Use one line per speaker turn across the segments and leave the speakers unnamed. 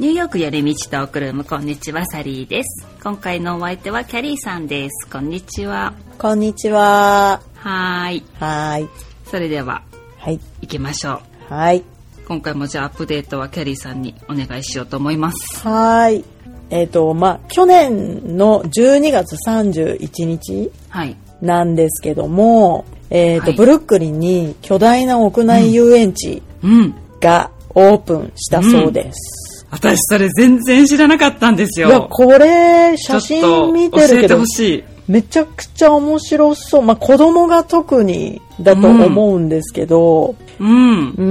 ヨークより道と送るムこんにちはサリーです今回のお相手はキャリーさんですこんにちは
こんにちは。
はーい
はーい。
それでは
はい。
行きましょ
はい。
う今回もじゃあアップデートはキャリーさんにお願いしようと思います
はーい。えっ、と、まあ、去年の12月31日
はい
なんですけども、えっ、と、
はい
ブルックリンに巨大な屋内遊園地
うん
がオープンしたそうです。
私それ全然知らなかったんですよ
いや、これ、
ちょ
写
っと
真見てる
教え
け
て
ど
ほ、しい
めちゃくちゃ面白そう。まあ、子供が特にだと思うんですけど、
うん
う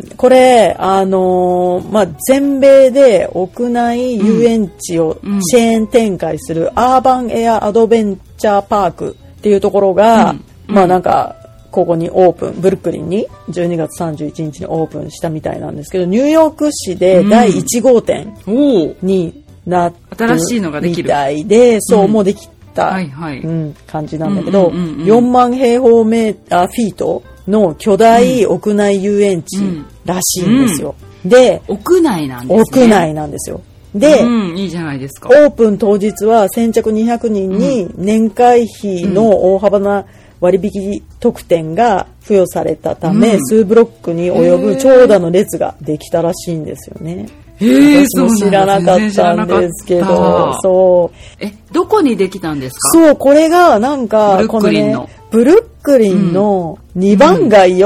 ん、これ、あのーまあ、全米で屋内遊園地を
うん
チェーン展開するアーバンエアアドベンチャーパークっていうところが、
うん
まあなんか、ここにオープン、ブルックリンに12月31日にオープンしたみたいなんですけど、ニューヨーク市で第1号店
おお
になってる
新しいのができる
みたいで、そう、
うん
もうできた。
はいはい、
うん、感じなんだけど、
うんうんうんうん
4万平方メーターフィートの巨大屋内遊園地
うん
らしいんですよ。で、
屋内なんですね
屋内なんですよ。で、
うんいいじゃないですか
オープン当日は先着200人に年会費の大幅な割引特典が付与されたた
う
め、
ん
数ブロックに及ぶ長蛇の列ができたらしいんですよね。
へえ
私も知らなかったんですけど、そう。
えどこにできたんですか
そう、これがなんか、
ブルックリンの
こねブルックリンの2番街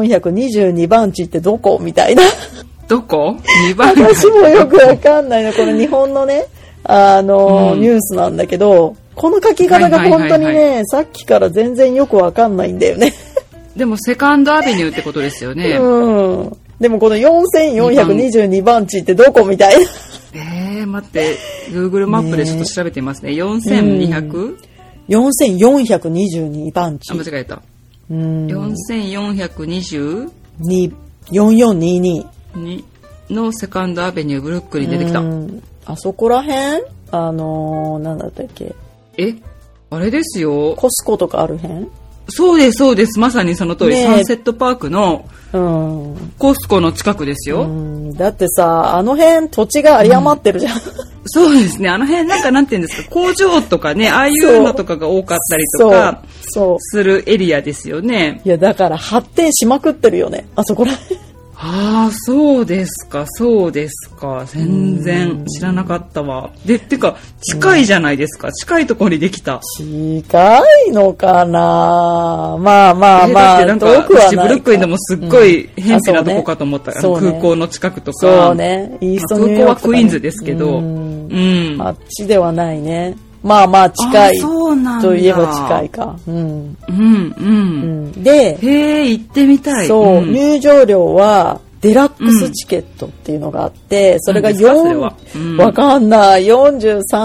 4422番地ってどこみたいな。
どこ ?2 番街
私もよくわかんないの。これ日本のね、あの、
うん
ニュースなんだけど、この書き方が本当に
はいはいはい
ね、さっきから全然よくわかんないんだよね。
でもセカンドアベニューってことですよね、
うん。でもこの4422番地ってどこみたいな。
えー、待って Google マップでちょっと調べてみますね4200、
4422番地
あ。間違えた、
うん。
4422
に4422。
のセカンドアベニューブルックリン出てきた、
うんあそこら辺あのー、なんだったっけ
えあれですよ
コスコとかある辺
そうですそうですまさにその通り、
ねえ
サンセットパークの
うん、
コスコの近くですよ、
うんだってさあの辺土地が有り余ってるじゃん、
そうですね。あの辺なんかなんて言うんですか、工場とかね、ああいうのとかが多かったりと
そう
か
そう
するエリアですよね。
いやだから発展しまくってるよねあそこら辺
ああ、そうですか、そうですか。全然知らなかったわ。で、ってか、近いじゃないですか。近いところにできた。
近いのかなまあまあ
え
ま
だっ
あ
てなんか、
遠くは
私
ない
ブルックリンでもすっごい偏僻なとこかと思った。
うん
ら
あそうねそうね
空港の近くとか。
そう。ねイーストニューヨークとかね
空港はクイーンズですけど
うん
うん。
あっちではないねまあまあ近い
あそうなんだ
といえば近いかうん、
うん、う。
うんん、で
へえ、行ってみたい。
そう、
ん
入場料はデラックスチケットっていうのがあって、それが
何ですかそれ
4、
は
わ、
うん
かんない、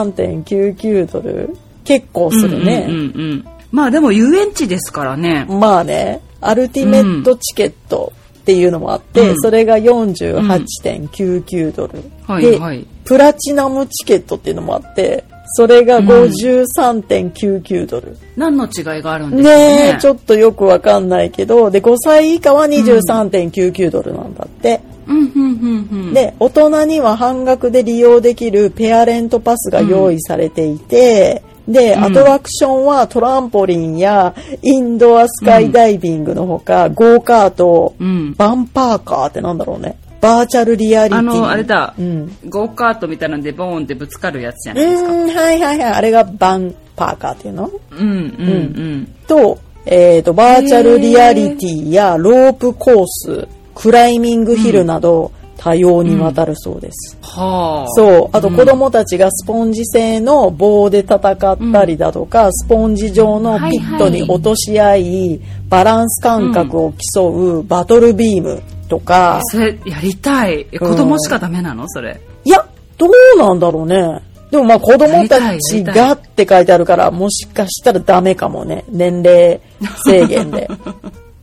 43.99ドル結構するね、
うんうんうんうんまあでも遊園地ですからね。
まあね、アルティメットチケットっていうのもあって、
うん
それが48.99ドル、
はい
で、
はい
プラチナムチケットっていうのもあって、それが53.99ドル。
何の違いがあるんですかね。
ねえ、ちょっとよくわかんないけど、で、5歳以下は23.99ドルなんだって。
うんうんうんうん。
で大人には半額で利用できるペアレントパスが用意されていて、で
うん
アトラクションはトランポリンやインドアスカイダイビングのほか、ゴーカート、
うん。
バンパーカーってなんだろうねバーチャルリアリティ
あの、あれだ、
うん
ゴーカートみたいなんでボーンってぶつかるやつじゃ
う
ないですか。
んはいはいはいあれがバンパーカーっていうの
うんうんうん。
と,、えー、とバーチャルリアリティやロープコースクライミングヒルなど、多様にわたるそうです、
はあ。う。
そう。あと子供たちがスポンジ製の棒で戦ったりだとか、スポンジ状のピットに落とし合い、バランス感覚を競うバトルビームとか、
それ、やりたい。え子供しかダメなのそれ。
いや、どうなんだろうね。でもまあ子供たちがって書いてあるから、もしかしたらダメかもね。年齢制 限で。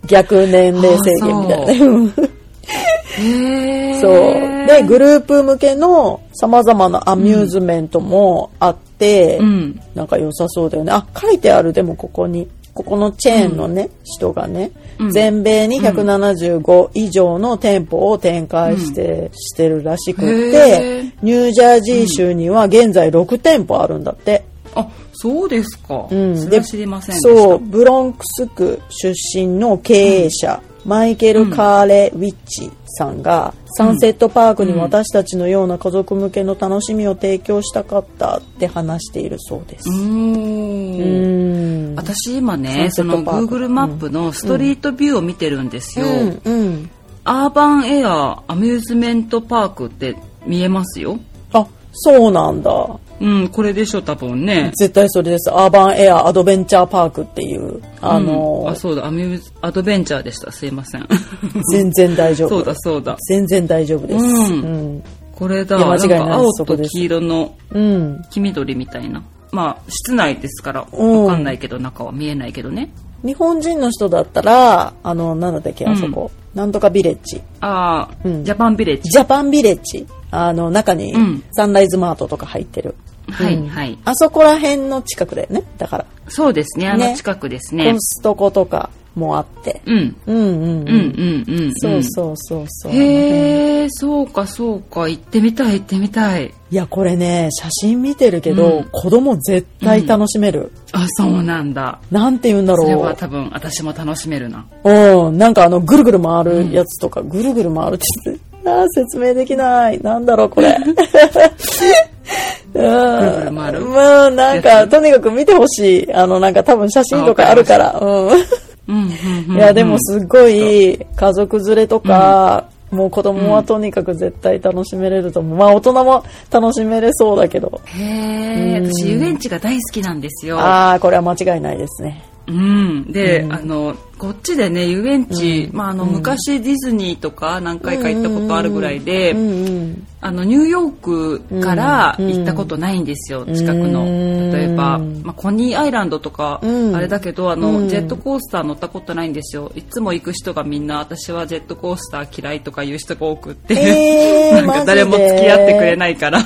逆年齢制限みたいなね。
へえ。
そう。で、グループ向けの様々なアミューズメントもあって、
うん。
なんか良さそうだよね。あ、書いてある、でもここに。ここのチェーンのね、人がね、
うん
全米に175以上の店舗を展開して、してるらしく
へ
て
ー、
ニュージャージー州には現在6店舗あるんだって。
あ、そうですか。
うん
それ
で
は知りませんでした。
そう、ブロンクス区出身の経営者、マイケル・カーレ・ウィッチさんが、サンセットパークに私たちのような家族向けの楽しみを提供したかったって話しているそうです。
うーん
うん。
私今ね
サ
そ
ンセ
の
ットパーク
Google マップのストリートビューを見てるんですよ、
うん、うん。
アーバンエアアミューズメントパークって見えますよ
あ、そうなんだ。
うんこれでしょ多分ね
絶対それです。アーバンエアアドベンチャーパークっていう、あの
うんあそうだアミューズアドベンチャーでしたすいま せん
全然大丈夫。
そうだそうだ
全然大丈夫です。
うん
うん。
これだ
いや間違いない
んか青
そ
と
こです
黄色の
うん。
黄緑みたいなまあ室内ですから
うん
わかんないけど中は見えないけどね
日本人の人だったら、あの、なんだったっけ、あそこ。なんとかビレッジ。
ああ、
うん
ジャパンビレッジ
ジャパンビレッジ。あの、中に
うん
サンライズマートとか入ってる。
はい、
うん
はい
あそこら辺の近くだよね。だから、
そうですねあの
ね
近くですね
コストコとかもあって。
うん
うんう
ううん
んうん。
んうん、うん、
そうそうそうそう。
へえ、そうかそうか、行ってみたい行ってみたい。
いや、これね、写真見てるけど、
うん
子供絶対楽しめる。
あ、そうなんだ。
なんて言うんだ
それ
ろ
は多分私も楽しめるな。
う。うん。なんかあの、ぐるぐる回るやつとか、ぐるぐる回るって言って、あー説明できない。なんだろう、これ。うん。
ぐる回る
まあ、なんか、とにかく見てほしい。あの、なんか多分写真とかあるから。う
うん、うん
ん。いや、でもすっごい、家族連れとか、もう子供はとにかく絶対楽しめれると思う。まあ、大人も楽しめれそうだけど。
へえ、
うん
私遊園地が大好きなんですよ。
ああ、これは間違いないですね。
うん。で、
うん
あの、こっちでね、遊園地、
うん
まあ、あの、
うん
昔ディズニーとか何回か行ったことあるぐらいで、
うんうん
あの、ニューヨークから
うん
行ったことないんですよ、
ん
近くの。
うん
例えば、まあ、コニーアイランドとか、
うん
あれだけど、あの、
うん
ジェットコースター乗ったことないんですよ。いつも行く人がみんな、私はジェットコースター嫌いとか言う人が多くって、
え ー
なんか誰も付き合ってくれ
い。
ないから、い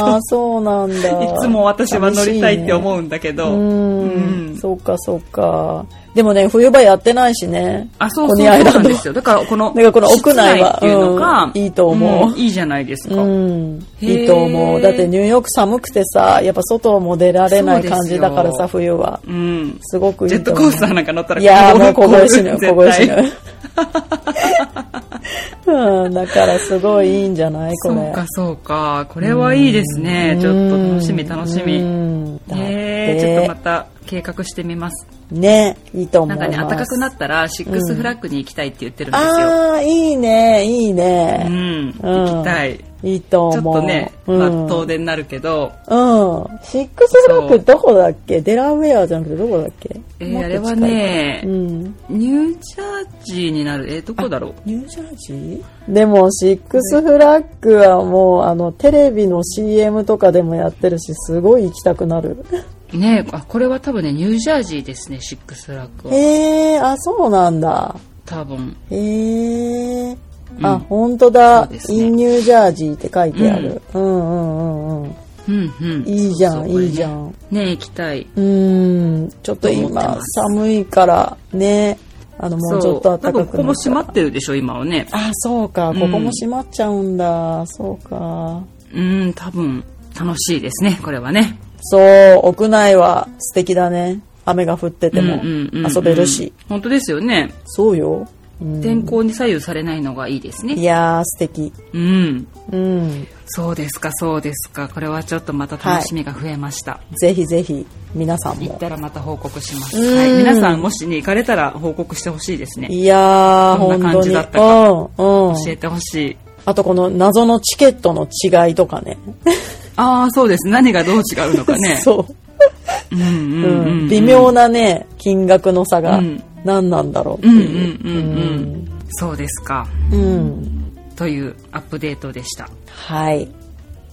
ああ、そうなんだ。
つも私は乗りたいって思
う。
うんだけ
う
ど、うん
ん、そうか、そうか。でもね、冬場やってないしね。
あ、そうそ
コ
う、
ニ
そう
ーアイラ
なん
ンド
ですよ。だから、この、
だからこの屋内
室
は
っていうのが、
うんいいと思うん
いいじゃないですか。
うん、
へー
いいと思う。だってニューヨーク寒くてさ、やっぱ外も出られない感じだからさ、
そ
冬は。
うん
すごくいい
ジ
と
ェット
思
コ
う
ースターなんか乗ったら、
いやーもう凍え死ぬ、
絶対
凍え死ぬ。うん、だからすごいいいんじゃないこ
そ
れ。
うかそうかこれはいいですねちょっと楽しみ楽しみね
うんだって
えちょっとまた計画してみます
ね、いいと思
ないんか
ます。
ね暖かくなったらシックスフラッグに行きたいって言ってるんですよ、
ああ、いいね、いいうね。
ん
うん
行きたいち
いい
ょ
と
っ
思う。
とね、
うん、
まあ、遠出になるけど、
うん。シックスフラッグどこだっけデラウェアじゃなくてどこだっけ
え
も
ー、
っと
あれは
近いか
ね、
うん。
ニュージャージーになるえーどこだろう
ニュージャージーでも、シックスフラッグはもう、あの、テレビの CM とかでもやってるし、すごい行きたくなる。
ねえあこれは多分ねニュージャージーですねシックスフラッグは
へえ、あ、そうなんだ。
多分
へえ。
うん
あ、本当だ。
そうですね
in ニュージャージーって書いてある。うんうんうんうん。
うんうん
いいじゃ、
そうんそうこれ
いいじゃん。
ねえ行きたいう
ーん、ちょっ
と思
と
って
今
ます
寒いからね、あのもうちょっ
多
と暖かくな
分
った
ここも閉まってるでしょ今はね
あ、そうか、
ん
ここも閉まっちゃうんだ、そうか。
うん多分楽しいですねこれはね
そう、屋内は素敵だね。雨が降ってても
うんうんうんうん
遊べるし。
本当ですよね
そうよ。うん
天候に左右されないのがいいです
い
ね
やー、素敵。
うん
うん。
そうですかそうですかこれはちょっとまた楽しみが増えました、
ぜひぜひ、皆さん
行っ
も。
たらまた報告します、
うん
はい、皆さんもしね行かれたら報告してほしいですね
いやー、
どんな
本
感
当
じ
に。
だったか
うん、うん
教。えてほしい
あとこの謎のチケットの違いとかね。
ああそうです何がどう違うのか ね
そう。
うんうんうん、
うん微妙なね金額の差が
うん
何なんだろうって
うんうん
いう
うんうんそうですか
うん
というアップデートでした
はい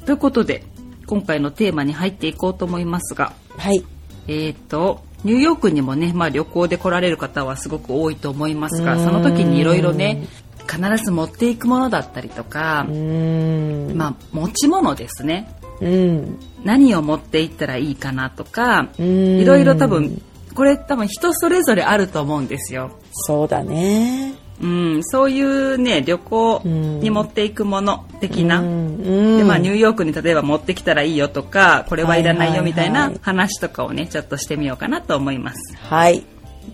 ということで今回のテーマに入っていこうと思いますが
はい
えっ、とニューヨークにもね、まあ、旅行で来られる方はすごく多いと思いますが
うん
その時にいろいろね必ず持っていくものだったりとか
う、ん
まあ、持ち物ですね
うん
何を持っていったらいいかなとか
うん
いろいろ多分これ多分人それぞれあると思うんですよ。
そうだね。
うん、そういうね旅行に持っていくもの的な、うんうん、でまあ、ニューヨークに例えば持ってきたらいいよとかこれはいらないよみたいな話とかをねちょっとしてみようかなと思います。
はい、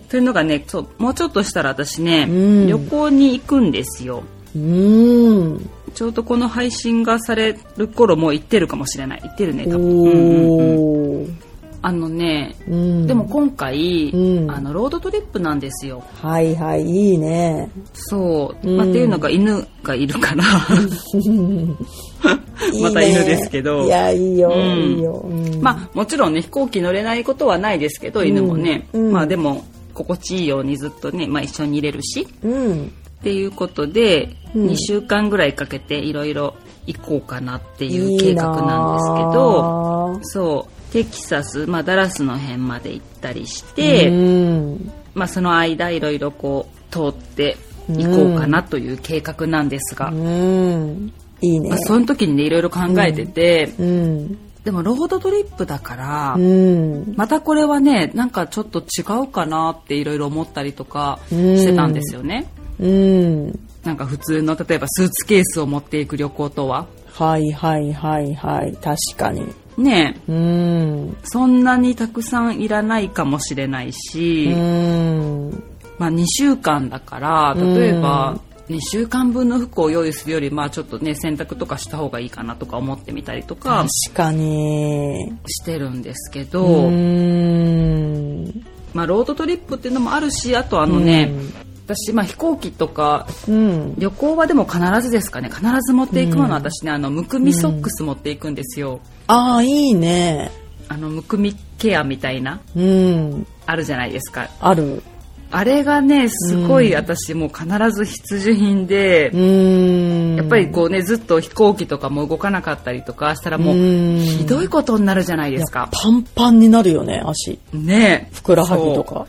というのがねそうもうちょっとしたら私ね、うん、旅行に行くんですよ。
うん
ちょうどこの配信がされる頃もう行ってるかもしれない行ってるね多分。うんうん、あのね、うん、でも今回、うん、あのロードトリップなんですよ。
はいはいいいね。
そう、まあ、っていうのが犬がいるから また犬ですけど。
い、ね、やいいよ、いいよ
まあもちろんね飛行機乗れないことはないですけど犬もね、まあでも心地いいようにずっとね、まあ、一緒にいれるし。
うん
っていうことで、うん、2週間ぐらいかけていろいろ行こうかなっていう計画なんですけどそうテキサス、まあ、ダラスの辺まで行ったりして、まあ、その間いろいろこう通って行こうかなという計画なんですが、
いいね、
まあ、その時にねいろいろ考えてて。
うんうん
でもロードトリップだから、うん、またこれはねなんかちょっと違うかなっていろいろ思ったりとかしてたんですよね。
うん、
なんか普通の例えばスーツケースを持っていく旅行とは
はいはいはいはい確かに。
ね
え、うん、
そんなにたくさんいらないかもしれないし、
うん、
まあ、2週間だから例えば、2週間分の服を用意するよりまあちょっとね洗濯とかした方がいいかなとか思ってみたりとか
確かに
してるんですけどまあロードトリップっていうのもあるしあとあのね私、まあ、飛行機とか、
うん、
旅行はでも必ずですかね必ず持っていくものは私ねあのむくみソックス持っていくんですよ。うん、
ああいいね
あのむくみケアみたいな、
うん、
あるじゃないですか。
ある
あれがね、すごい私もう必ず必需品で、
うん、
やっぱりこうね、ずっと飛行機とかも動かなかったりとかしたらもう、うひどいことになるじゃないですか。
パンパンになるよね、足。
ね
ふくらはぎとか。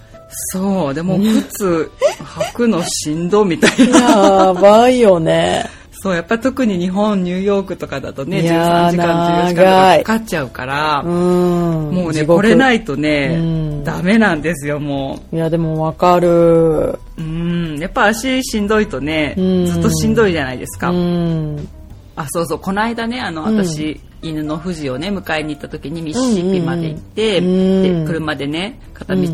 そう、でも靴履くのしんどみたいな。
やばいよ ね。
そう、やっぱ特に日本、ニューヨークとかだとね、13時間、14時間かかっちゃうから、
うん
もうね、これないとね、ダメなんですよ、も
う。いや、でもわかる。
うん、やっぱ足しんどいとね、ずっとしんどいじゃないですか。
うん
あ、そうそう、この間ね、あの、私、うん、犬の富士をね、迎えに行った時にミシシッピまで行って、で車でね、片道、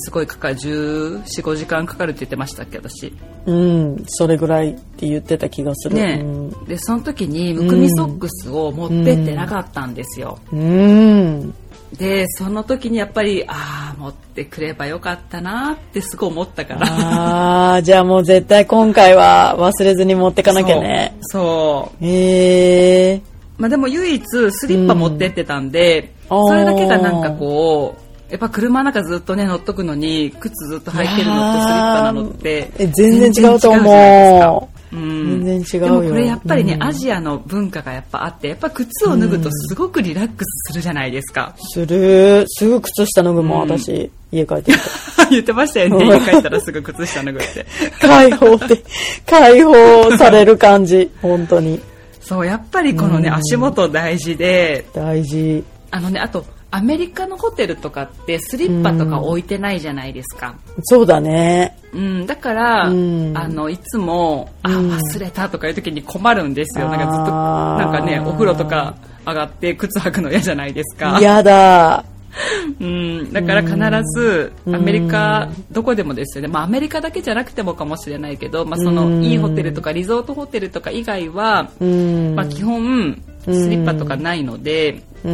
すごいかかる1415時間かかるって言ってましたっけ私
うんそれぐらいって言ってた気がする
ね、うん、でその時にむくみソックスを持ってってなかったんですよ、
うん、
でその時にやっぱりああ持ってくればよかったなってすごい思ったから
あ あじゃあもう絶対今回は忘れずに持ってかなきゃね
そう
へえ
まあでも唯一スリッパ持ってってたんで、うん、それだけがなんかこうやっぱ車の中ずっとね乗っとくのに靴ずっと履いてるのとスリッパなのって
え全然違うと思
う。うん、
全然違う
よでもこれやっぱりね、うん、アジアの文化がやっぱあってやっぱ靴を脱ぐとすごくリラックスするじゃないですか、
するすぐ靴下脱ぐもん、うん、私家帰ってき
た 言ってましたよね家帰ったらすぐ靴下脱ぐって
解放って解放される感じ本当に
そうやっぱりこのね、足元大事で
大事
あのねあとアメリカのホテルとかってスリッパとか置いてないじゃないですか。
うん、そうだね。
うん、だから、うん、あの、いつも、あ、忘れたとかいう時に困るんですよ。なんかずっと、なんかね、お風呂とか上がって靴履くの嫌じゃないですか。
嫌だ。
うん、だから必ずアメリカどこでもですよね、まあ、アメリカだけじゃなくてもかもしれないけど、まあ、そのいいホテルとかリゾートホテルとか以外は、まあ、基本スリッパとかないので、
あ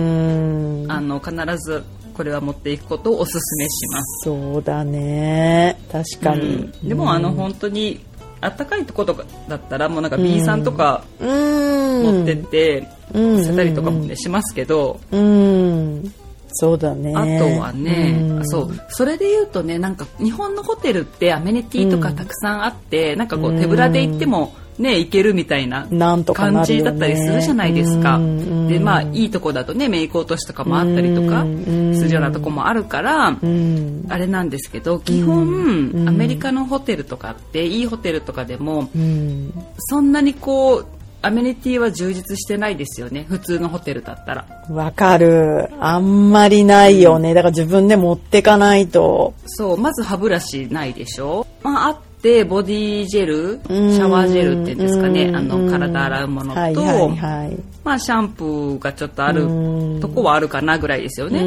の
必ずこれは持っていくことをおすすめします
そうだね確かに、
うん、でもあの本当にあったかいとことかだったらもうなんか B さんとか持ってって捨てたりとかもねしますけど
うんそうだね。
あとはね、うん、そう、それで言うとね、なんか日本のホテルってアメニティとかたくさんあって、うん、なんかこう手ぶらで行ってもね、行けるみたいな感じだったりするじゃないですか。かねうん、で、まあいいとこだとね、メイク落としとかもあったりとかするようなとこもあるから、あれなんですけど、基本アメリカのホテルとかっていいホテルとかでも、そんなにこう、アメニティは充実してないですよね普通のホテルだったら
わかるあんまりないよね、だから自分で持ってかないと
そうまず歯ブラシないでしょ、まあ、あってボディジェルシャワージェルっていうんですかねあの体洗うものと、
はいはいはい、
まあ、シャンプーがちょっとあるとこはあるかなぐらいですよね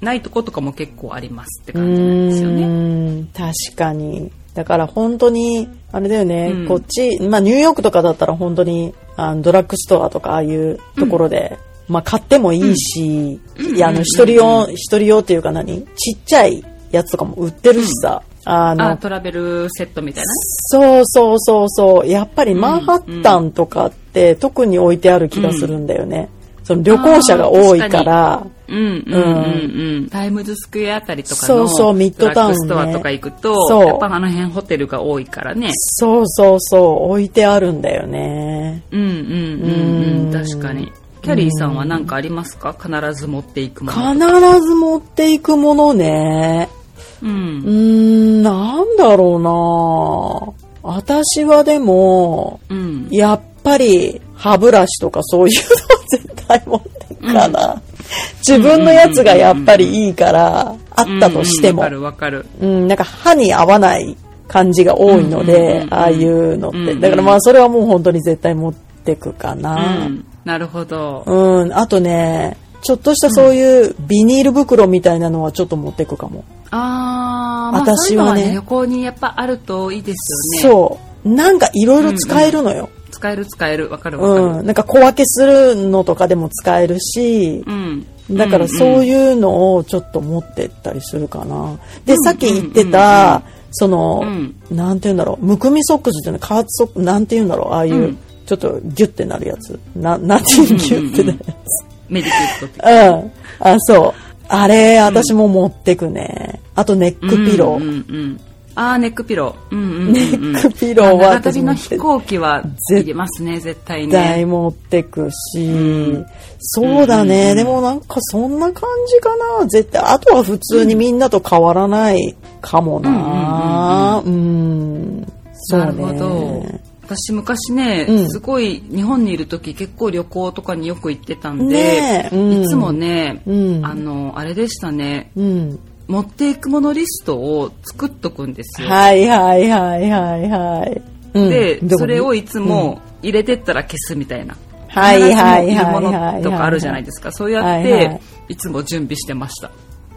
ないとことかも結構ありますって感じなんですよね
確かにだから本当にあれだよね、うん、こっち、まあ、ニューヨークとかだったら本当にあのドラッグストアとかああいうところで、うん、まあ、買ってもいいし、うん、いやあの一人用、一人用っていうか何ちっちゃいやつとかも売ってるしさ、
あのトラベルセットみたいな
そうそうそうそうやっぱりマンハッタンとかって特に置いてある気がするんだよね、その旅行者が多いから
うんうんうんうん、タイムズスクエアあたりとか
のそうそうミッドタウン、ね、
ストアとか行くとやっぱあの辺ホテルが多いからね
そうそうそう置いてあるんだよね
うんうんうんうん確かにキャリーさんは何かありますか必ず持っていくも
の必ず持っていくものね
うん
うんなんだろうな私はでも、
うん、
やっぱり歯ブラシとかそういうの絶対持っていくかな、うん自分のやつがやっぱりいいから、あったとしても。
わ、うんうん、かるわかる。
うん、なんか歯に合わない感じが多いので、うんうんうん、ああいうのって。だからまあそれはもう本当に絶対持ってくかな。
うん、なるほど。
うん、あとね、ちょっとしたそういうビニール袋みたいなのはちょっと持ってくかも。
あ、まあ、私はね。はね旅行にやっぱあるといいです
よね。そう。なんかいろいろ使えるのよ。
うんうん使える使えるわかるわかる、
うん、なんか小分けするのとかでも使えるし、
うん、
だからそういうのをちょっと持ってったりするかな、うん、でさっき言ってた、その、何て言うんだろうむくみソックスっていうの加圧ソックスなんて言うんだろうああいう、ちょっとギュッてなるやつな 何て言うギュッてなるやつ、
メディキュッ
トってうんあそうあれ私も持ってくねあとネックピロー、うん
うんあネックピロー、うんうんうん、
ネックピローは
私の飛行機は入れますね絶対ね
絶対持ってくし、うん、そうだね、うんうんうん、でもなんかそんな感じかな絶対あとは普通にみんなと変わらないかもなうん、うんうん、そうね
なるほど私昔ね、すごい日本にいる時結構旅行とかによく行ってたんで、ね、いつもね、あのあれでしたね、持っていくものリストを作っとくんですよ。
はいはいはいはいはい。
うん、で、それをいつも入れてったら消すみたいな。。
うん、はいはいはい
ものとかあるじゃないですか。そうやっていつも準備してました。っ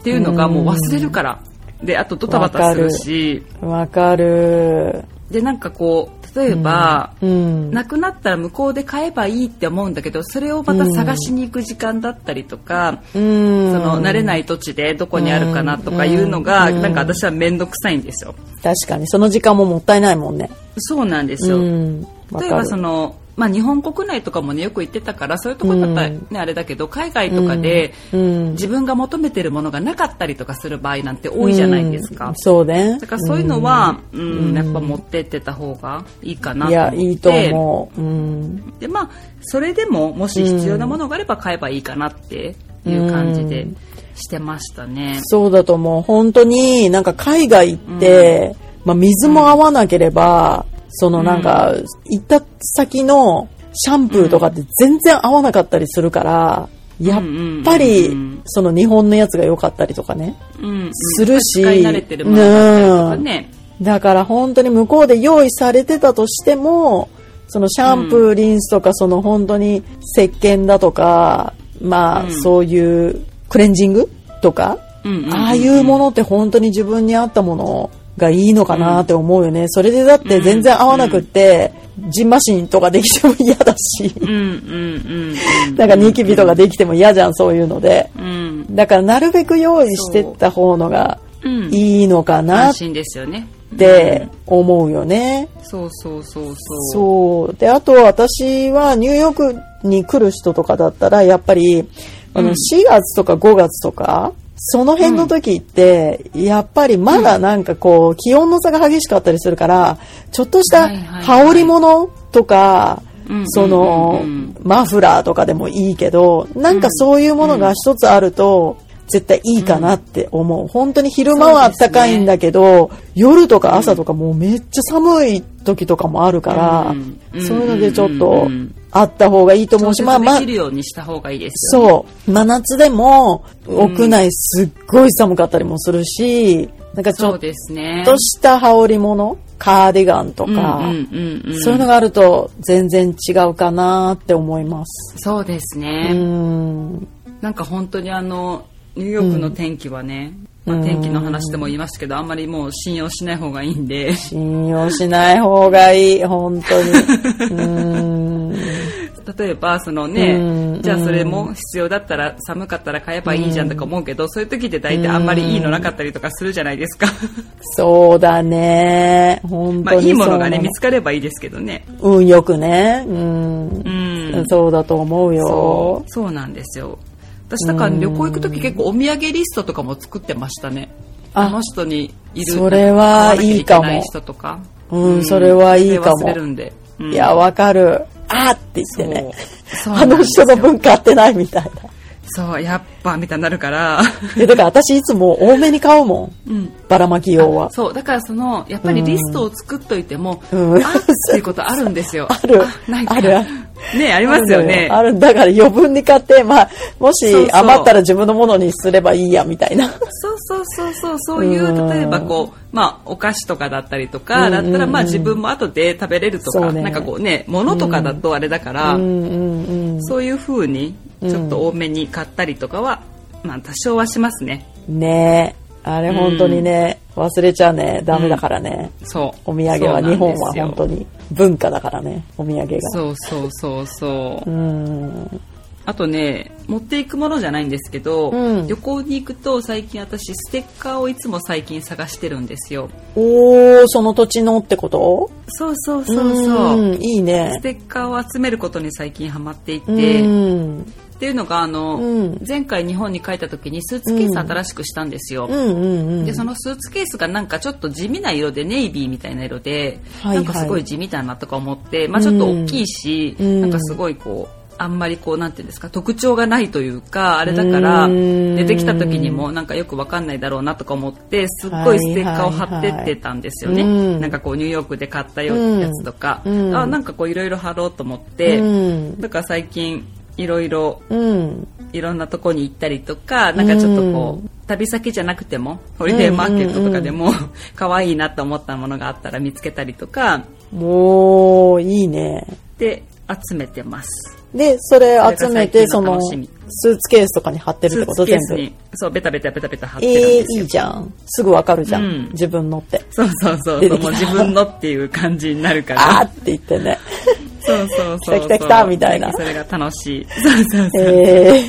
ていうのがもう忘れるから。で、あとドタバタするし。
わかる。
で、なんかこう、例えば、うん、なくなったら向こうで買えばいいって思うんだけどそれをまた探しに行く時間だったりとか、
うん、
その慣れない土地でどこにあるかなとかいうのが、うん、なんか私は面倒くさいんですよ。
確かにその時間ももったいないもんね。
そうなんですよ、例えばそのまあ、日本国内とかも、ね、よく行ってたからそういうところだったらね、ね、うん、あれだけど海外とかで、うん、自分が求めてるものがなかったりとかする場合なんて多いじゃないですか、
うん、そうね
だからそういうのは、うんやっぱ持ってってた方がいいかなと
いやいいと思う、うん、
でまあそれでももし必要なものがあれば買えばいいかなっていう感じでしてましたね、
そうだと思う本当になんか海外って、まあ、水も合わなければ、そのなんか、行った先のシャンプーとかって全然合わなかったりするから、やっぱり、その日本のやつが良かったりとかね、するし、だから本当に向こうで用意されてたとしても、そのシャンプー、リンスとか、その本当に石鹸だとか、まあそういうクレンジングとか、ああいうものって本当に自分に合ったものをがいいのかなって思うよね、うん、それでだって全然合わなくって、うん、ジンマシンとかできても嫌だし、
うん、
なんかニキビとかできても嫌じゃんそういうので、だからなるべく用意してった方のがいいのかなって思うよね、
そうそうそう
そうであと私はニューヨークに来る人とかだったらやっぱりあの4月とか5月とか、その辺の時って、うん、やっぱりまだなんかこう、気温の差が激しかったりするから、ちょっとした羽織物とか、はいはいはい、その、マフラーとかでもいいけど、なんかそういうものが一つあると、絶対いいかなって思う、本当に昼間は暖かいんだけど、夜とか朝とかもうめっちゃ寒い時とかもあるから、
うん
そういうのでちょっ
う
と
んうんうん
あった方がいいと思うし、まあ
調節
ま
で
あ
きるようにした方がいいですよね。
そう。真夏でも、屋内すっごい寒かったりもするし、なんかちょ
そ
っ
うですね。
とした羽織物、カーディガンとか、
うんうんうんうん
そういうのがあると全然違うかなって思います。
そうです
う
ね。
ん。
なんか本当にあの、ニューヨークの天気はね、まあ、天気の話でも言いましたけど、あんまりもう信用しない方がいいんで、
信用しない方がいい、本当 に。うん。
例えばそのね、
うん
じゃあそれも必要だったら寒かったら買えばいいじゃんとか思うけど、そういう時って大体あんまりいいのなかったりとかするじゃないですか。
そうだね。本
まあ
当にそうな
い
の。
いものがね、見つかればいいですけどね。
運よくね。うん
う。ん。
そうだと思う
そ
よ。
うそうなんですよ私だから旅行行く時結構お土産リストとかも作ってましたね
あ
あの人にいる
それはいいかも
買わなきゃいけない人とか
うんそれはいいかも
それ忘れるんで、うん
いや、わかる。あーって言ってね。
そう
あの人の文化合ってないみたいな。
そうやっぱみたいになるから、
えだから私いつも多めに買うもん。
うん、
ばらまき用は。
そうだからそのやっぱりリストを作っといても、
うん
あっていうことあるんですよ
ある
あなんか
ある
ねありますよね
あるんだよあるだから余分に買って、まあ、もし
そうそう
余ったら自分のものにすればいいや、みたいな。
そうそうそうそうそういううん例えばこう、まあ、お菓子とかだったりとか
うんうん
だ
うん
ったらまあ自分も後で食べれると
そ
か、
うね
なんかこうね物とかだとあれだから、
うんうんうん。
そういう風にちょっと多めに買ったりとかは、まあ多少はしますね
ねえ。あれ本当にね、忘れちゃね、ダメだからね。
そう
お土産は
そうなんですよ
日本は本当に文化だからね、お土産が。
そうそうそうそう
うん。
あとね持っていくものじゃないんですけど、
うん
旅行に行くと最近私ステッカーをいつも最近探してるんですよ
おー、その土地のってこと
そうそうそうそう
うん、いいね
ス。テッカーを集めることに最近ハマっていて、
うん。
っていうのがあの、
うん
前回日本に帰った時にスーツケース新しくしたんですよ、
うんうんうん。
でそのスーツケースがなんかちょっと地味な色でネイビーみたいな色で、
はいはい
なんかすごい地味だなとか思って、まあ、ちょっと大きいし、
うん
なんかすごいこうあんまりこうなんていうんですか特徴がないというかあれだから
うん
出てきた時にもなんかよくわかんないだろうなとか思ってすっごいステッカーを貼ってってたんですよね、
はいはいはいうん
なんかこうニューヨークで買ったようなやつとか、
うん
あなんかこういろいろ貼ろうと思って、
うん。
だから最近いろいろ
うん。
いろんなとこに行ったりとか、なんかちょっとこう、旅先じゃなくても、ホリデーマーケットとかでも、 可愛いなと思ったものがあったら見つけたりとか、
もう、いいね。
で、集めてます。
で、
そ
それ
れが
集め
最近
て、そ
の
の、
楽
ス
しみ
ーツケースとかに貼って
ス
るって
ー
こ
ツ
と
ケー
全
ス
部。
に、そう、ベタベタベタベタ貼っ
え
てるん
え
で
ー、
す
い
よ。
いじゃん。すぐわかるじゃん。
うん
自分のって。
そうそうそう
出
そ
て
う、
き
も
た
う自分のっていう感じになるか
あー
ら
っ。て言ってね。
そうそうそうそう。
来た来た来たみたいな
それが楽しい。そうそうそう。
え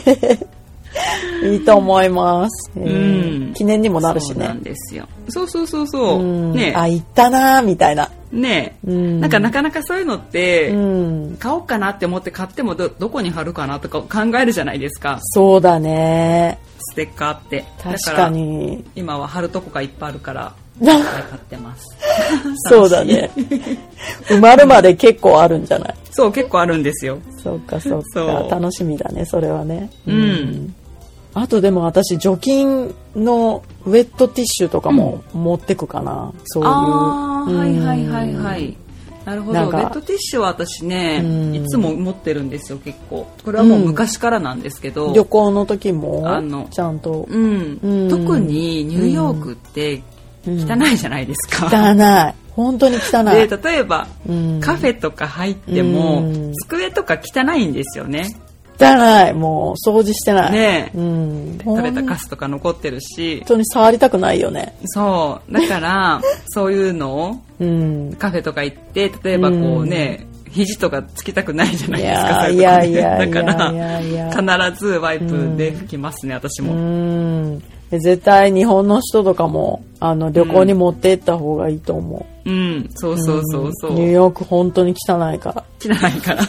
えいいと思います、えー
うん
記念にもなるし
そうな
ね
ん。ですよ。そうそうそうそう。
うん
ね
あ、行ったなーみたいな。
ね
うん
なんかなかなかそういうのって、
うん。
買おうかなって思って買ってもどどこに貼るかなとか考えるじゃないですか
そうだね。
ステッカーって
確
だ
からに。
今は貼るとこがいっぱいあるからいっ
な
ぱい買ってます
そうだ ね。埋まるまで結構あるんじゃない
そう結構あるんですよ
そうかそうか
そう
楽しみだねそれはね
うん、
あとでも私除菌のウェットティッシュとかも持ってくかな、そういう
ああ
うん
はいはいはいはいなるほど
なん
ウ
か
ェットティッシュは私ね
うん
いつも持ってるんですよ結構これはもう
うん
昔からなんですけど、
旅行の時も
あの
ちゃんと
うん
うん
特にニューヨークって
うん
汚いじゃないですか、
汚い本当に汚
で
い、
例えば
うん、
カフェとか入っても、
うん
机とか汚いんですよね。
汚いもう掃除してない、
ねえ
うん、
食べた
本
カスとか残ってるし。
当に触りたくないよね
そう。だ から、そういうのを
うん
カフェとか行って、例えばこうね、肘とかつきたくないじゃないですか、そういう
い
とこ
や
ね
いやいやいやいやいや
だから、必ずワイプで拭きますね、私
う
も。
ん絶対日本の人とかもあの旅行に持って行った方がいいと思う、
うん、そうそうそうそう。
ニューヨーク本当に汚いから。
汚いから。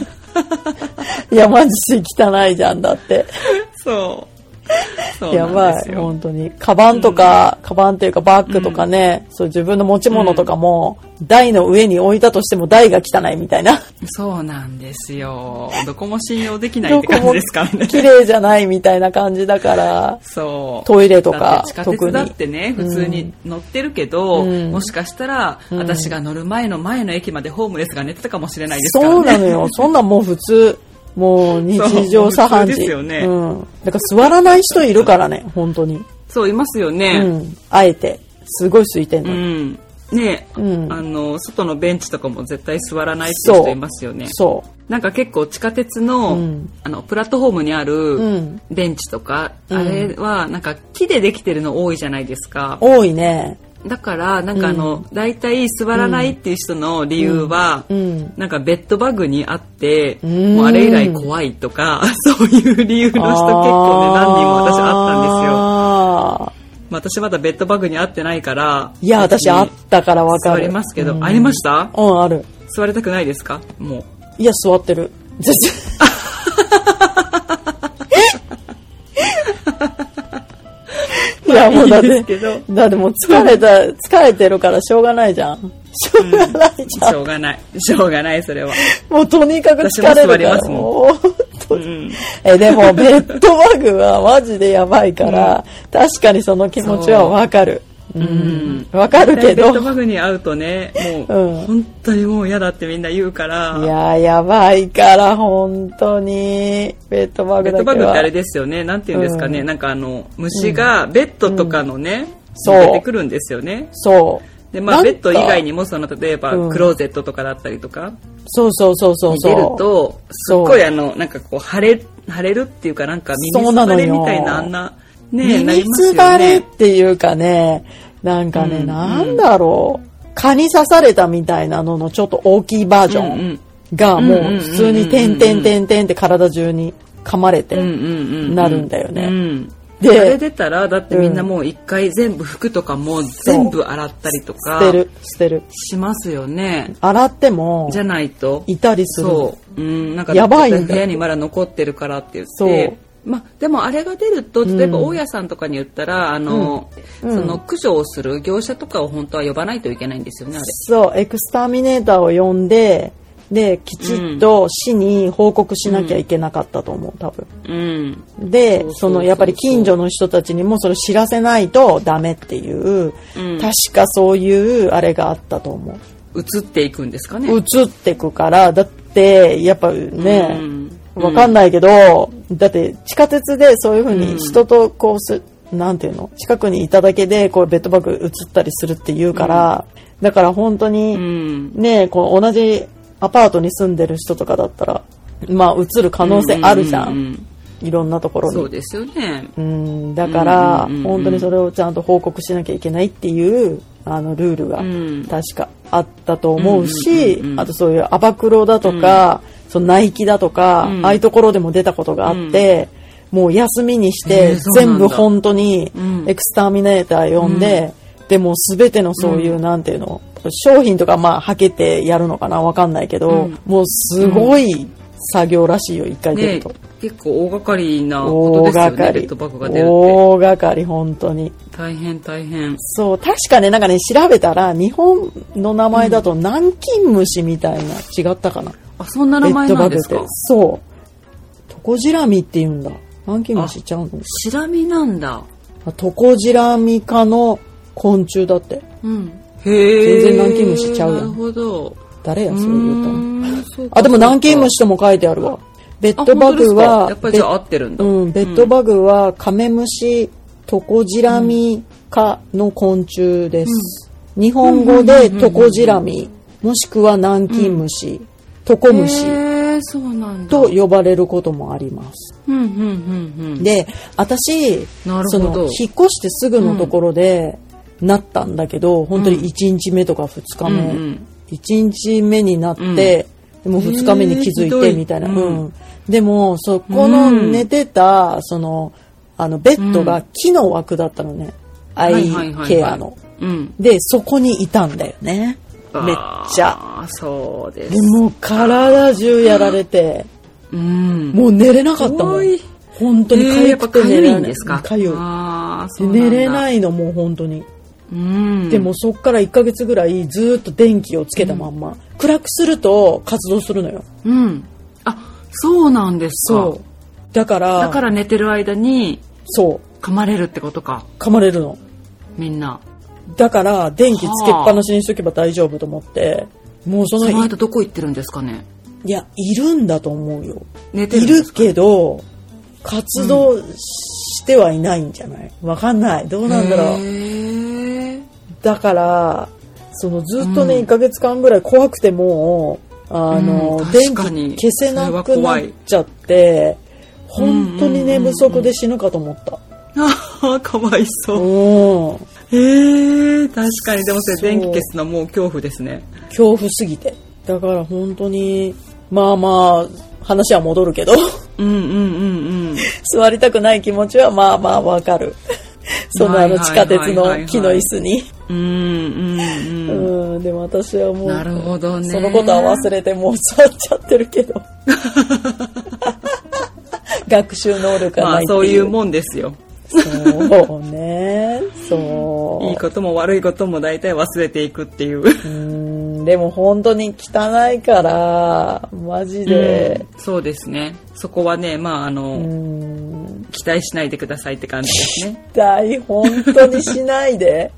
いや、マジで汚いじゃんだって。
そう。そう
や
なん
ば
です
い、
よ。
本当に。カバンとか、カバンっていうかバッグとかね、そう自分の持ち物とかも、台の上に置いたとしても台が汚いみたいな。
そうなんですよ。どこも信用でき ないって感じです からね。
綺麗じゃないみたいな感じだから、
そう。
トイレとか
だって地下鉄
特に
だってね、普通に乗ってるけど、
うん
もしかしたら、
ん
私が乗る前の前の駅までホームレスが寝てたかもしれないですからね。
そうなのよ。そんなんもう普通、もう日常茶飯
そう普通です
事。
よね
うん。だから座らない人いるからね、本当に。
そう、いますよ
う
ね。
ん。あえて。すごい空いてん
う
のに。
ん。ねえ、
うん
あの、外のベンチとかも絶対座らないっていう
そ
人
う
いますよね。
そ
なんか結構地下鉄の、
うん
あの、プラットホームにある、
う。うん。
ベンチとか、
うん
あれはなんか木でできてるの多いじゃないですか。
多いね。
だから、なんかあの、大体座らないっていう人の理由は、
うん。
なんかベッドバグにあって、
うん
もうあれ以来怖いとか、 そういう理由の人結構ね、何人も私あったんですよ。
あー
まあ私まだベッドバグにあってないから、
いや、
別
私
に
あったからわか
座
る。
りますけど、
うん
ありました
うん、ある。
座りたくないですかもう。
いや、座って る。全然いや、もうだっ
いいで
て
す、け ど、
だってもう疲れた、疲れてるからしょうがないじゃん。しょうがないじゃん。
しょうがない。しょうがない、それは。
もうとにかく疲れる
私も
か
座りま
ら。
すもん
もう
う
本当に
ん。
え、でも、ベッドバグはマジでやばいから、確かにその気持ちはわかる。う
うん
ん。わかるけ
ベッド
ど。
バグに会うとね、もう、
うん
本当にもう嫌だってみんな言うから、
いやー、やばいから、本当に。ベッドバグ
ベッ
だ
ド
け
バ
は。
グってあれですよね。なんて言うんですかね。
うん
なんかあの、虫がベッドとかのね、
そう
出てくるんですよね。
そう。
で、まあ
なんか
ベッド以外にも、その例えば
うん
クローゼットとかだったりとか、
そうそうそうそう
に
そう。
出ると、すっ
そう
ごいあの、なんかこう、腫れ、腫れるっていうかなんか耳
そうな
す
の
ば
よ
れみたいなあんな、ね、なり
耳
ます
つば
よ
れっ
ね。
ていうかね、なんかね、
うん
なんだろう。蚊に刺されたみたいなののちょっと大きいバージ
うんう
ョン
ん
がもう普通
うんう
に
んうんうん
点々点々って体中に噛まれて。
うんうんうんう
なるんだよね
うん
で
あれ出たら、だってみんなもう一回全部服とかも全部洗ったりとか
捨てる、捨てる。
しますよね。
洗っても
じ、ゃないと。
いたりする。
そう、うん、なんか
やばいんだ
部屋にまだ残ってるからって言ってまあ、でもあれが出ると
ん
例えば大家さんとかに言ったら、あの
うん
その駆除をする業者とかを本当は呼ばないといけないんですよねあれ。
そう、エクスターミネーターを呼んで、で、きちっと市に報告しなきゃいけなかったと思う、多分。
うん、そうそ
で
うそう、そう
そのやっぱり近所の人たちにもそれ知らせないとダメっていう、
うん
確かそういうあれがあったと思
移っていくんですかね。
う。移ってくから、だってやっぱ
う
ね、
ん
わかんないけど、だって地下鉄でそういうふう
うん
に人とこうす、なんていうの、近くにいただけでこうベッドバッグ移ったりするっていうから、だから本当
う
に
ん
ね、こう同じアパートに住んでる人とかだったら、まあ移る可能性あるじゃ。
うんうんん
いろんなところに。
そうですよね。
うん、だから、
うんうんうんうん
本当にそれをちゃんと報告しなきゃいけないっていう、あの、ルールが
う、ん、
確かあったと思うし、
うんうんうんうん
あとそういうアバクロだとか、そのナイキだとか、
うん
ああいうところでも出たことがあって、もう休みにし
え
て
ー、そうな
全
んだ
部本当に
うん、
エクスターミネーター呼んで、でもう全てのそういう、なんていうの、商品とかまあ、はけてやるのかなわかんないけ
う
ど、
ん
もうすごい作業らしいよ、一回出る
ね
と。
結構大掛かりなこと
大
ですよ
掛
ね
か
ベ
り
ッドバッグが出るって
大掛かり本当に
大変大変。
そう確かねなんかね調べたら日本の名前だと南京虫みたいな違ったかな
あそんな名前なんです
ベッ
か
ドバグって。そうトコジラミって言うんだ南京虫ちゃうの
シラミなんだ。
あトコジラミ科の昆虫だって
うん、へえ
全然南京虫ちゃうやん
なるほど
誰や
う
それ言うたの
ーんそうか
あでも南京
そ
虫とも書いてあるわベッ
うか
ドバグ
あ本当ですか
は
やっぱりじゃあ合ってるんだ、
うん、ベッドバグはカメムシ、トコジラミ科の昆虫です。日本語でトコジラミ、もしくは南京虫、トコムシ
へえそうなんだ
と呼ばれることもあります。
うんうんうんうん
で、私、
なる
そ
ほ
の
ど、
引っ越してすぐのところで、なったんだけど、本当に1日目とか2日目、
うんうん
1日目になって、でも2日目に気づ
へー
い
ひど
て
い
みたいな、
う
うんんでもそこの
うん
寝てた、そのあのベッドが木の枠だったのね、ア
いは
イ
いはいはい
ケアの
うん
でそこにいたんだよねめっちゃ
あーそうで
ですもう体中やられて、
うん
もう寝れなかったも
怖
ん
い
本当に
えーや
痒
っぱ
くて
か
寝
ゆ
れ
い
ない。
んですか
痒い
ああ
で
そうなんだ
寝れないのもう本当に。
うん
でもそっから1ヶ月ぐらいずーっと電気をつけたまんま、暗くすると活動するのよ。
うんあそうなんですか
そう。だから、
だから寝てる間に
そ
噛まれるってことか
う、噛まれるの。
みんな
だから電気つけっぱなしにしとけば大丈夫と思って、もうそ
そ
の、
の
い
間どこ行ってるんですかね
や、いるんだと思うよ。
寝てる
い
んで
る
すか
けど、活動してはいないんじゃないわかんない。どうなんだろう。
へえ
だから、そのずっとね、
うん
1ヶ月間ぐらい怖くてもう、あの、
うん
電
確かに
気消せなく
それは
な
怖
っ
い
ちゃって、本当に寝
うんうん
不
うんう
足
ん
で死ぬかと思った。
あ あかわいそう
うん。
へえ確かにでもそ
そう
れ電気消すのはもう恐怖ですね
恐怖すぎて。だから本当に、まあまあ、話は戻るけど、
うんうんうんうん
座りたくない気持ちはまあまあわ かる。そのあの地下鉄の木の椅子に。
うんうんうん
うん、でも私はもう、
なるほどね
そのことは忘れてもう座っちゃってる けど。学習能力が
ま
な
あ
いって
そうい
いうう。
もんですよ
そうね。そう。
いいことも悪いことも大体忘れていくっていう
うん、でも本当に汚いから、マジで。
うんそうですねそこはねまああの、
うん、
期待しないでくださいって感じですね
大本当にしな いで。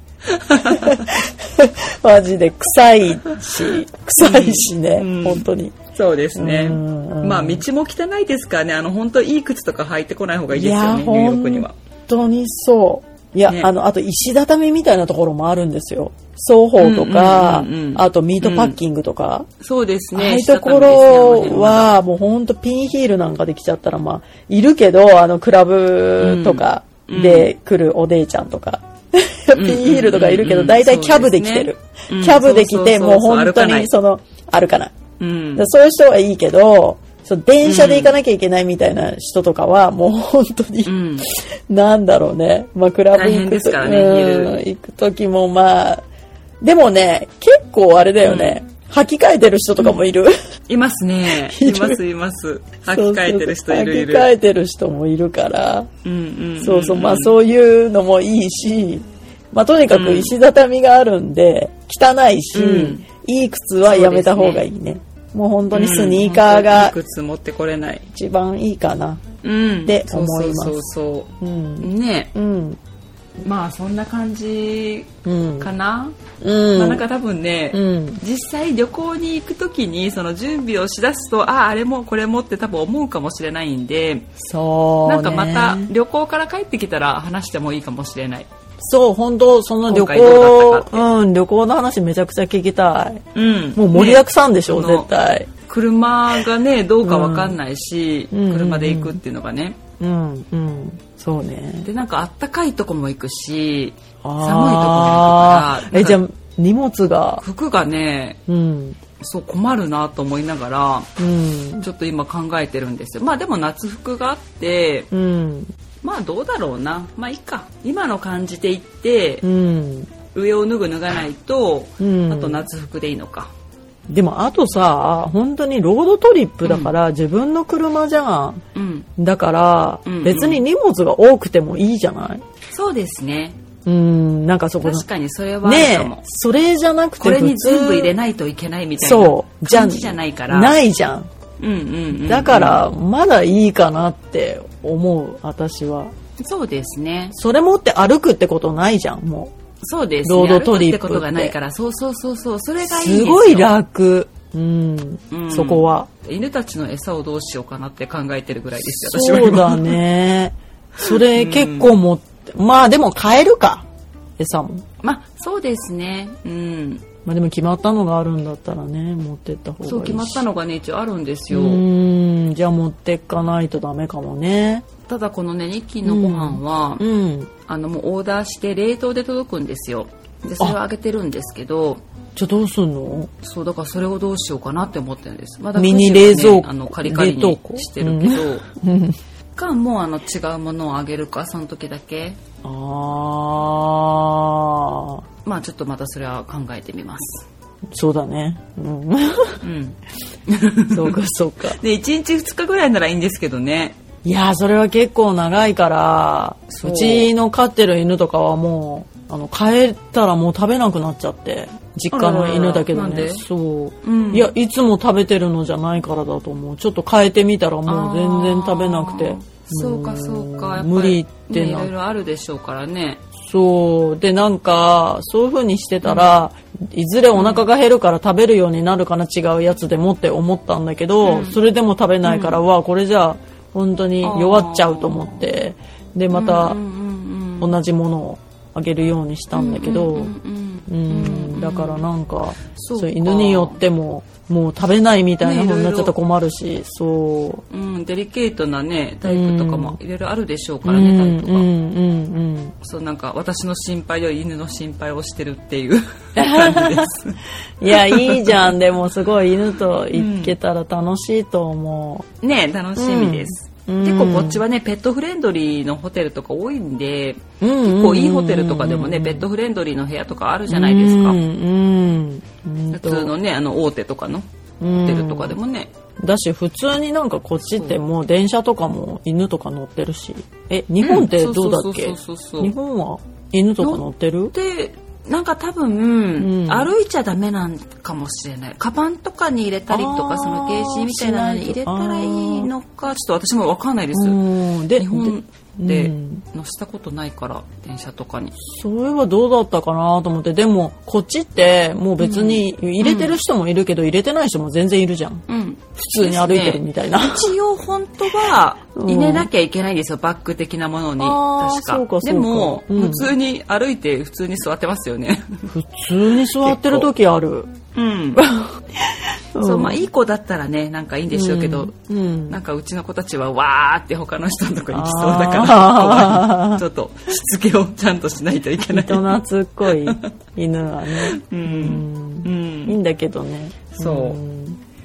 マジで臭いし、臭いしね、
うん
本当に。
そうですね
うんうん
まあ道も汚いですからねあの本当いい靴とか履いてこない方がいいですよ
や
ねニューヨークには
本当にそういや、
ね
あのあと石畳みたいなところもあるんですよ双方とか、
うんうんうんうん
あとミートパッキングとか、
そうです
ああ
ね
いうところはもうほんとピンヒールなんかできちゃったらまあいるけどあのクラブとかで来るお姉ちゃんとか、
ん
ピンヒールとかいるけど大体キャブで来てる、
そうですねうん
キャブで来て
そう
も
そううそう
本当にその歩かない
うん
だからそういう人はいいけどその電車で行かなきゃいけないみたいな人とかはもう本当に、
うん
なんだろうね。まあ、クラブ
大
行
変
く
です
と、
からね
うん
昼
行く時もまあ、でもね、結構あれだよね。履き替えてる人とかもいる。
いますね
い
い
る
ますいます履き替えてる人いるい
履き
る
替えてる人もいるから。
うんうんん
そうそう、まあそういうのもいいし、まあとにかく石畳があるんで、汚いし、
うん
いい靴はやめた方がいいね。もう本当にスニーカー
うん
が
本当にいい靴持ってこれない
一番いいかな。
うん
って思いま
そ
す。
うそうそううんそうね
うん。
まあそんな感じ
うん。
かな、
うん
まあなんか多分ね、
うん。
実際旅行に行く時にその準備をしだすとあああれもこれもって多分思うかもしれないんで、
そう、ね。
なんかまた旅行から帰ってきたら話してもいいかもしれない
そう、本当その旅
今回どうだ
行
ったかっ、て
うん、旅行の話めちゃくちゃ聞きた
う
い。
ん
もう盛りだくさんでしょ、
ね
絶対。
車がねどうかわかんないし、
うんうん
車で行くっていうのがね
うん、うん。そうね。
でなんかあったかいとこも行くし
あー
寒いとこも行くから
え、じゃあ、荷物が、
服がね
うん、
そう困るなと思いながら
うん、
ちょっと今考えてるんですよまあでも夏服があって
うん、
まあどうだろうなまあいいか今の感じで行って
うん、
上を脱ぐ脱がないと、
うん
あと夏服でいいのか
でも、あとさ、本当にロードトリップだから、自分の車じゃん。
うん
だから、
うんうん
別に荷物が多くてもいいじゃない
そうですね
うん、なんかそこの
確かにそれはある
ね
か
え
も、、
それじゃなくて
これに
普通
全部入れないといけないみたいな
そう、
感じじゃないから
ないじゃん。
うんうんうんうん
だから、まだいいかなって思う、私は。
そうですね
それ持って歩くってことないじゃん、も
そうですね
ロードトリップ
歩くって
って
ことがないからそうそうそうそうそれ
う。
がいいです
す
よ
ごい楽。うん、
うん
そこは。
犬たちの餌をどうしようかなって考えてるぐらいですよ私は
そう
今
だね。それ結構持って、まあでも買えるか。餌も。
まあそうですねうん
まあでも決まったのがあるんだったらね、持ってった方がいいし。
そう決まったのがね一応あるんですよ
うん、じゃあ持ってかないとダメかもね。
ただこのねニッキーのご飯は、
うん。
あのもうオーダーして冷凍で届くんですよでそれはあげてるんですけど
じゃあどうすんの
そうだからそれをどうしようかなって思ってるんですまだ
ミニ
くしはね
冷蔵庫
あのカリカリ
冷凍
に
庫
してるけど、
うん。
かもうあの違うものをあげるかその時だけ
ああ、
まあちょっとまたそれは考えてみます
そうだね。うん。
うん
そうか、そうか。
で1日2日ぐらいならいいんですけどね
いやそれは結構長いから
そう
うちの飼ってる犬とかはもうあの帰ったらもう食べなくなっちゃって実家の犬だけど
あららら
ね
なんで
そう、
うん
いやいつも食べてるのじゃないからだと思うちょっと変えてみたらもう全然食べなくて
あーそうかそうかやっぱり
無理って
ねい
なっ
ろいろあるでしょうからね
そうでなんかそういう風にしてたら、いずれお腹が減るから食べるようになるかな違うやつでもって思ったんだけど、
うん
それでも食べないから、うわこれじゃあ本当に弱っちゃうと思ってでま
うん
た
うんうんうん
同じものをあげるようにしたんだけど、
うんうん
うんだからなんか
そ
そうう
か
犬によってももう食べないみたいな風になっちゃったら困るし、そう。
うんうんうんデリケートなねタイプとかもいろいろあるでしょうから
う
ね
ん
タイプ
う
が、
んうんうん
そうなんか私の心配より犬の心配をしてるっていう 感じです
いや、いいじゃん。でも、すごい犬と行けたら楽しいと思
ね楽しみです、
うん
結構こっちはねペットフレンドリーのホテルとか多いんで
う。うん
結構いいホテルとかでもねペットフレンドリーの部屋とかあるじゃないですか
うん、うん。
普通のねあの大手とかのホ
ホ
テルとかでもね、
だし、普通になんかこっちってもう電車とかも犬とか乗ってるし。え、日本ってどうだっけ
うんそうそうそうそうそう
日本は犬とか乗ってる
でなんか多分、
ん
歩いちゃダメなんかもしれないカバンとかに入れたりと
あ
か
ー
そのケージみたいなのに入れたらいいのかちょっと私もわかんないです、
うん。で、
日本
う
で
ん
乗したことないから電車とかに
それはどうだったかなと思って。でも、こっちってもう別に入れてる人もいるけど、入れてない人も全然いるじゃん。
うん
普通に歩いてるみたいな。
一応本当は
うん
入れなきゃいけないんですよバッグ的なものに
あー
確か
そうかそうか
でも、
うん
普通に歩いて普通に座ってますよ ね
普通に座ってる時ある。
うんそうまあいい子だったらねなんかいいんでしょうけど、
うん、うん
なんかうちの子たちはわーって他の人のとこ行きそうだから
あー
ちょっとしつけをちゃんとしないといけ ない。
大人っこい犬はね、
う、
うんん
う
いい
ん、
んだけどね
そ
ん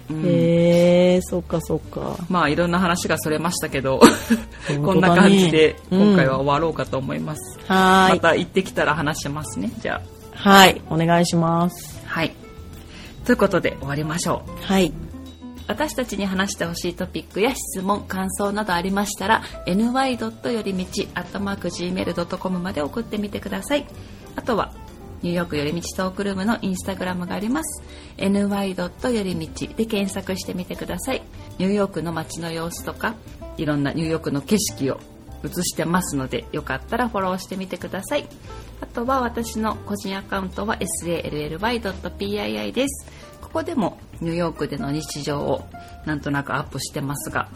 うん
へえそっかそっか
まあいろんな話がそれましたけど、
ね
こんな感じで今回は終わろうかと思います。
はー
ま
い、
た行ってきたら話しますね。じゃ
はいお願いします
あはい。ということで終わりましょう。
はい
私たちに話してほしいトピックや質問感想などありましたら ny. よりみち .gmail.com まで送ってみてくださいあとはニューヨークよりみちトークルームのインスタグラムがあります ny. よりみちで検索してみてくださいニューヨークの街の様子とかいろんなニューヨークの景色を映してますのでよかったらフォローしてみてくださいあとは私の個人アカウントは sally.pii ですここでもニューヨークでの日常をなんとなくアップしてますが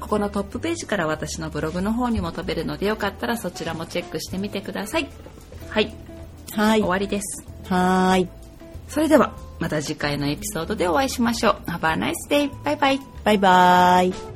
ここのトップページから私のブログの方にも飛べるのでよかったらそちらもチェックしてみてくださいはい、
はい
終わりです
はーい
それではまた次回のエピソードでお会いしましょう Have a nice day! バイバイ
バイバイ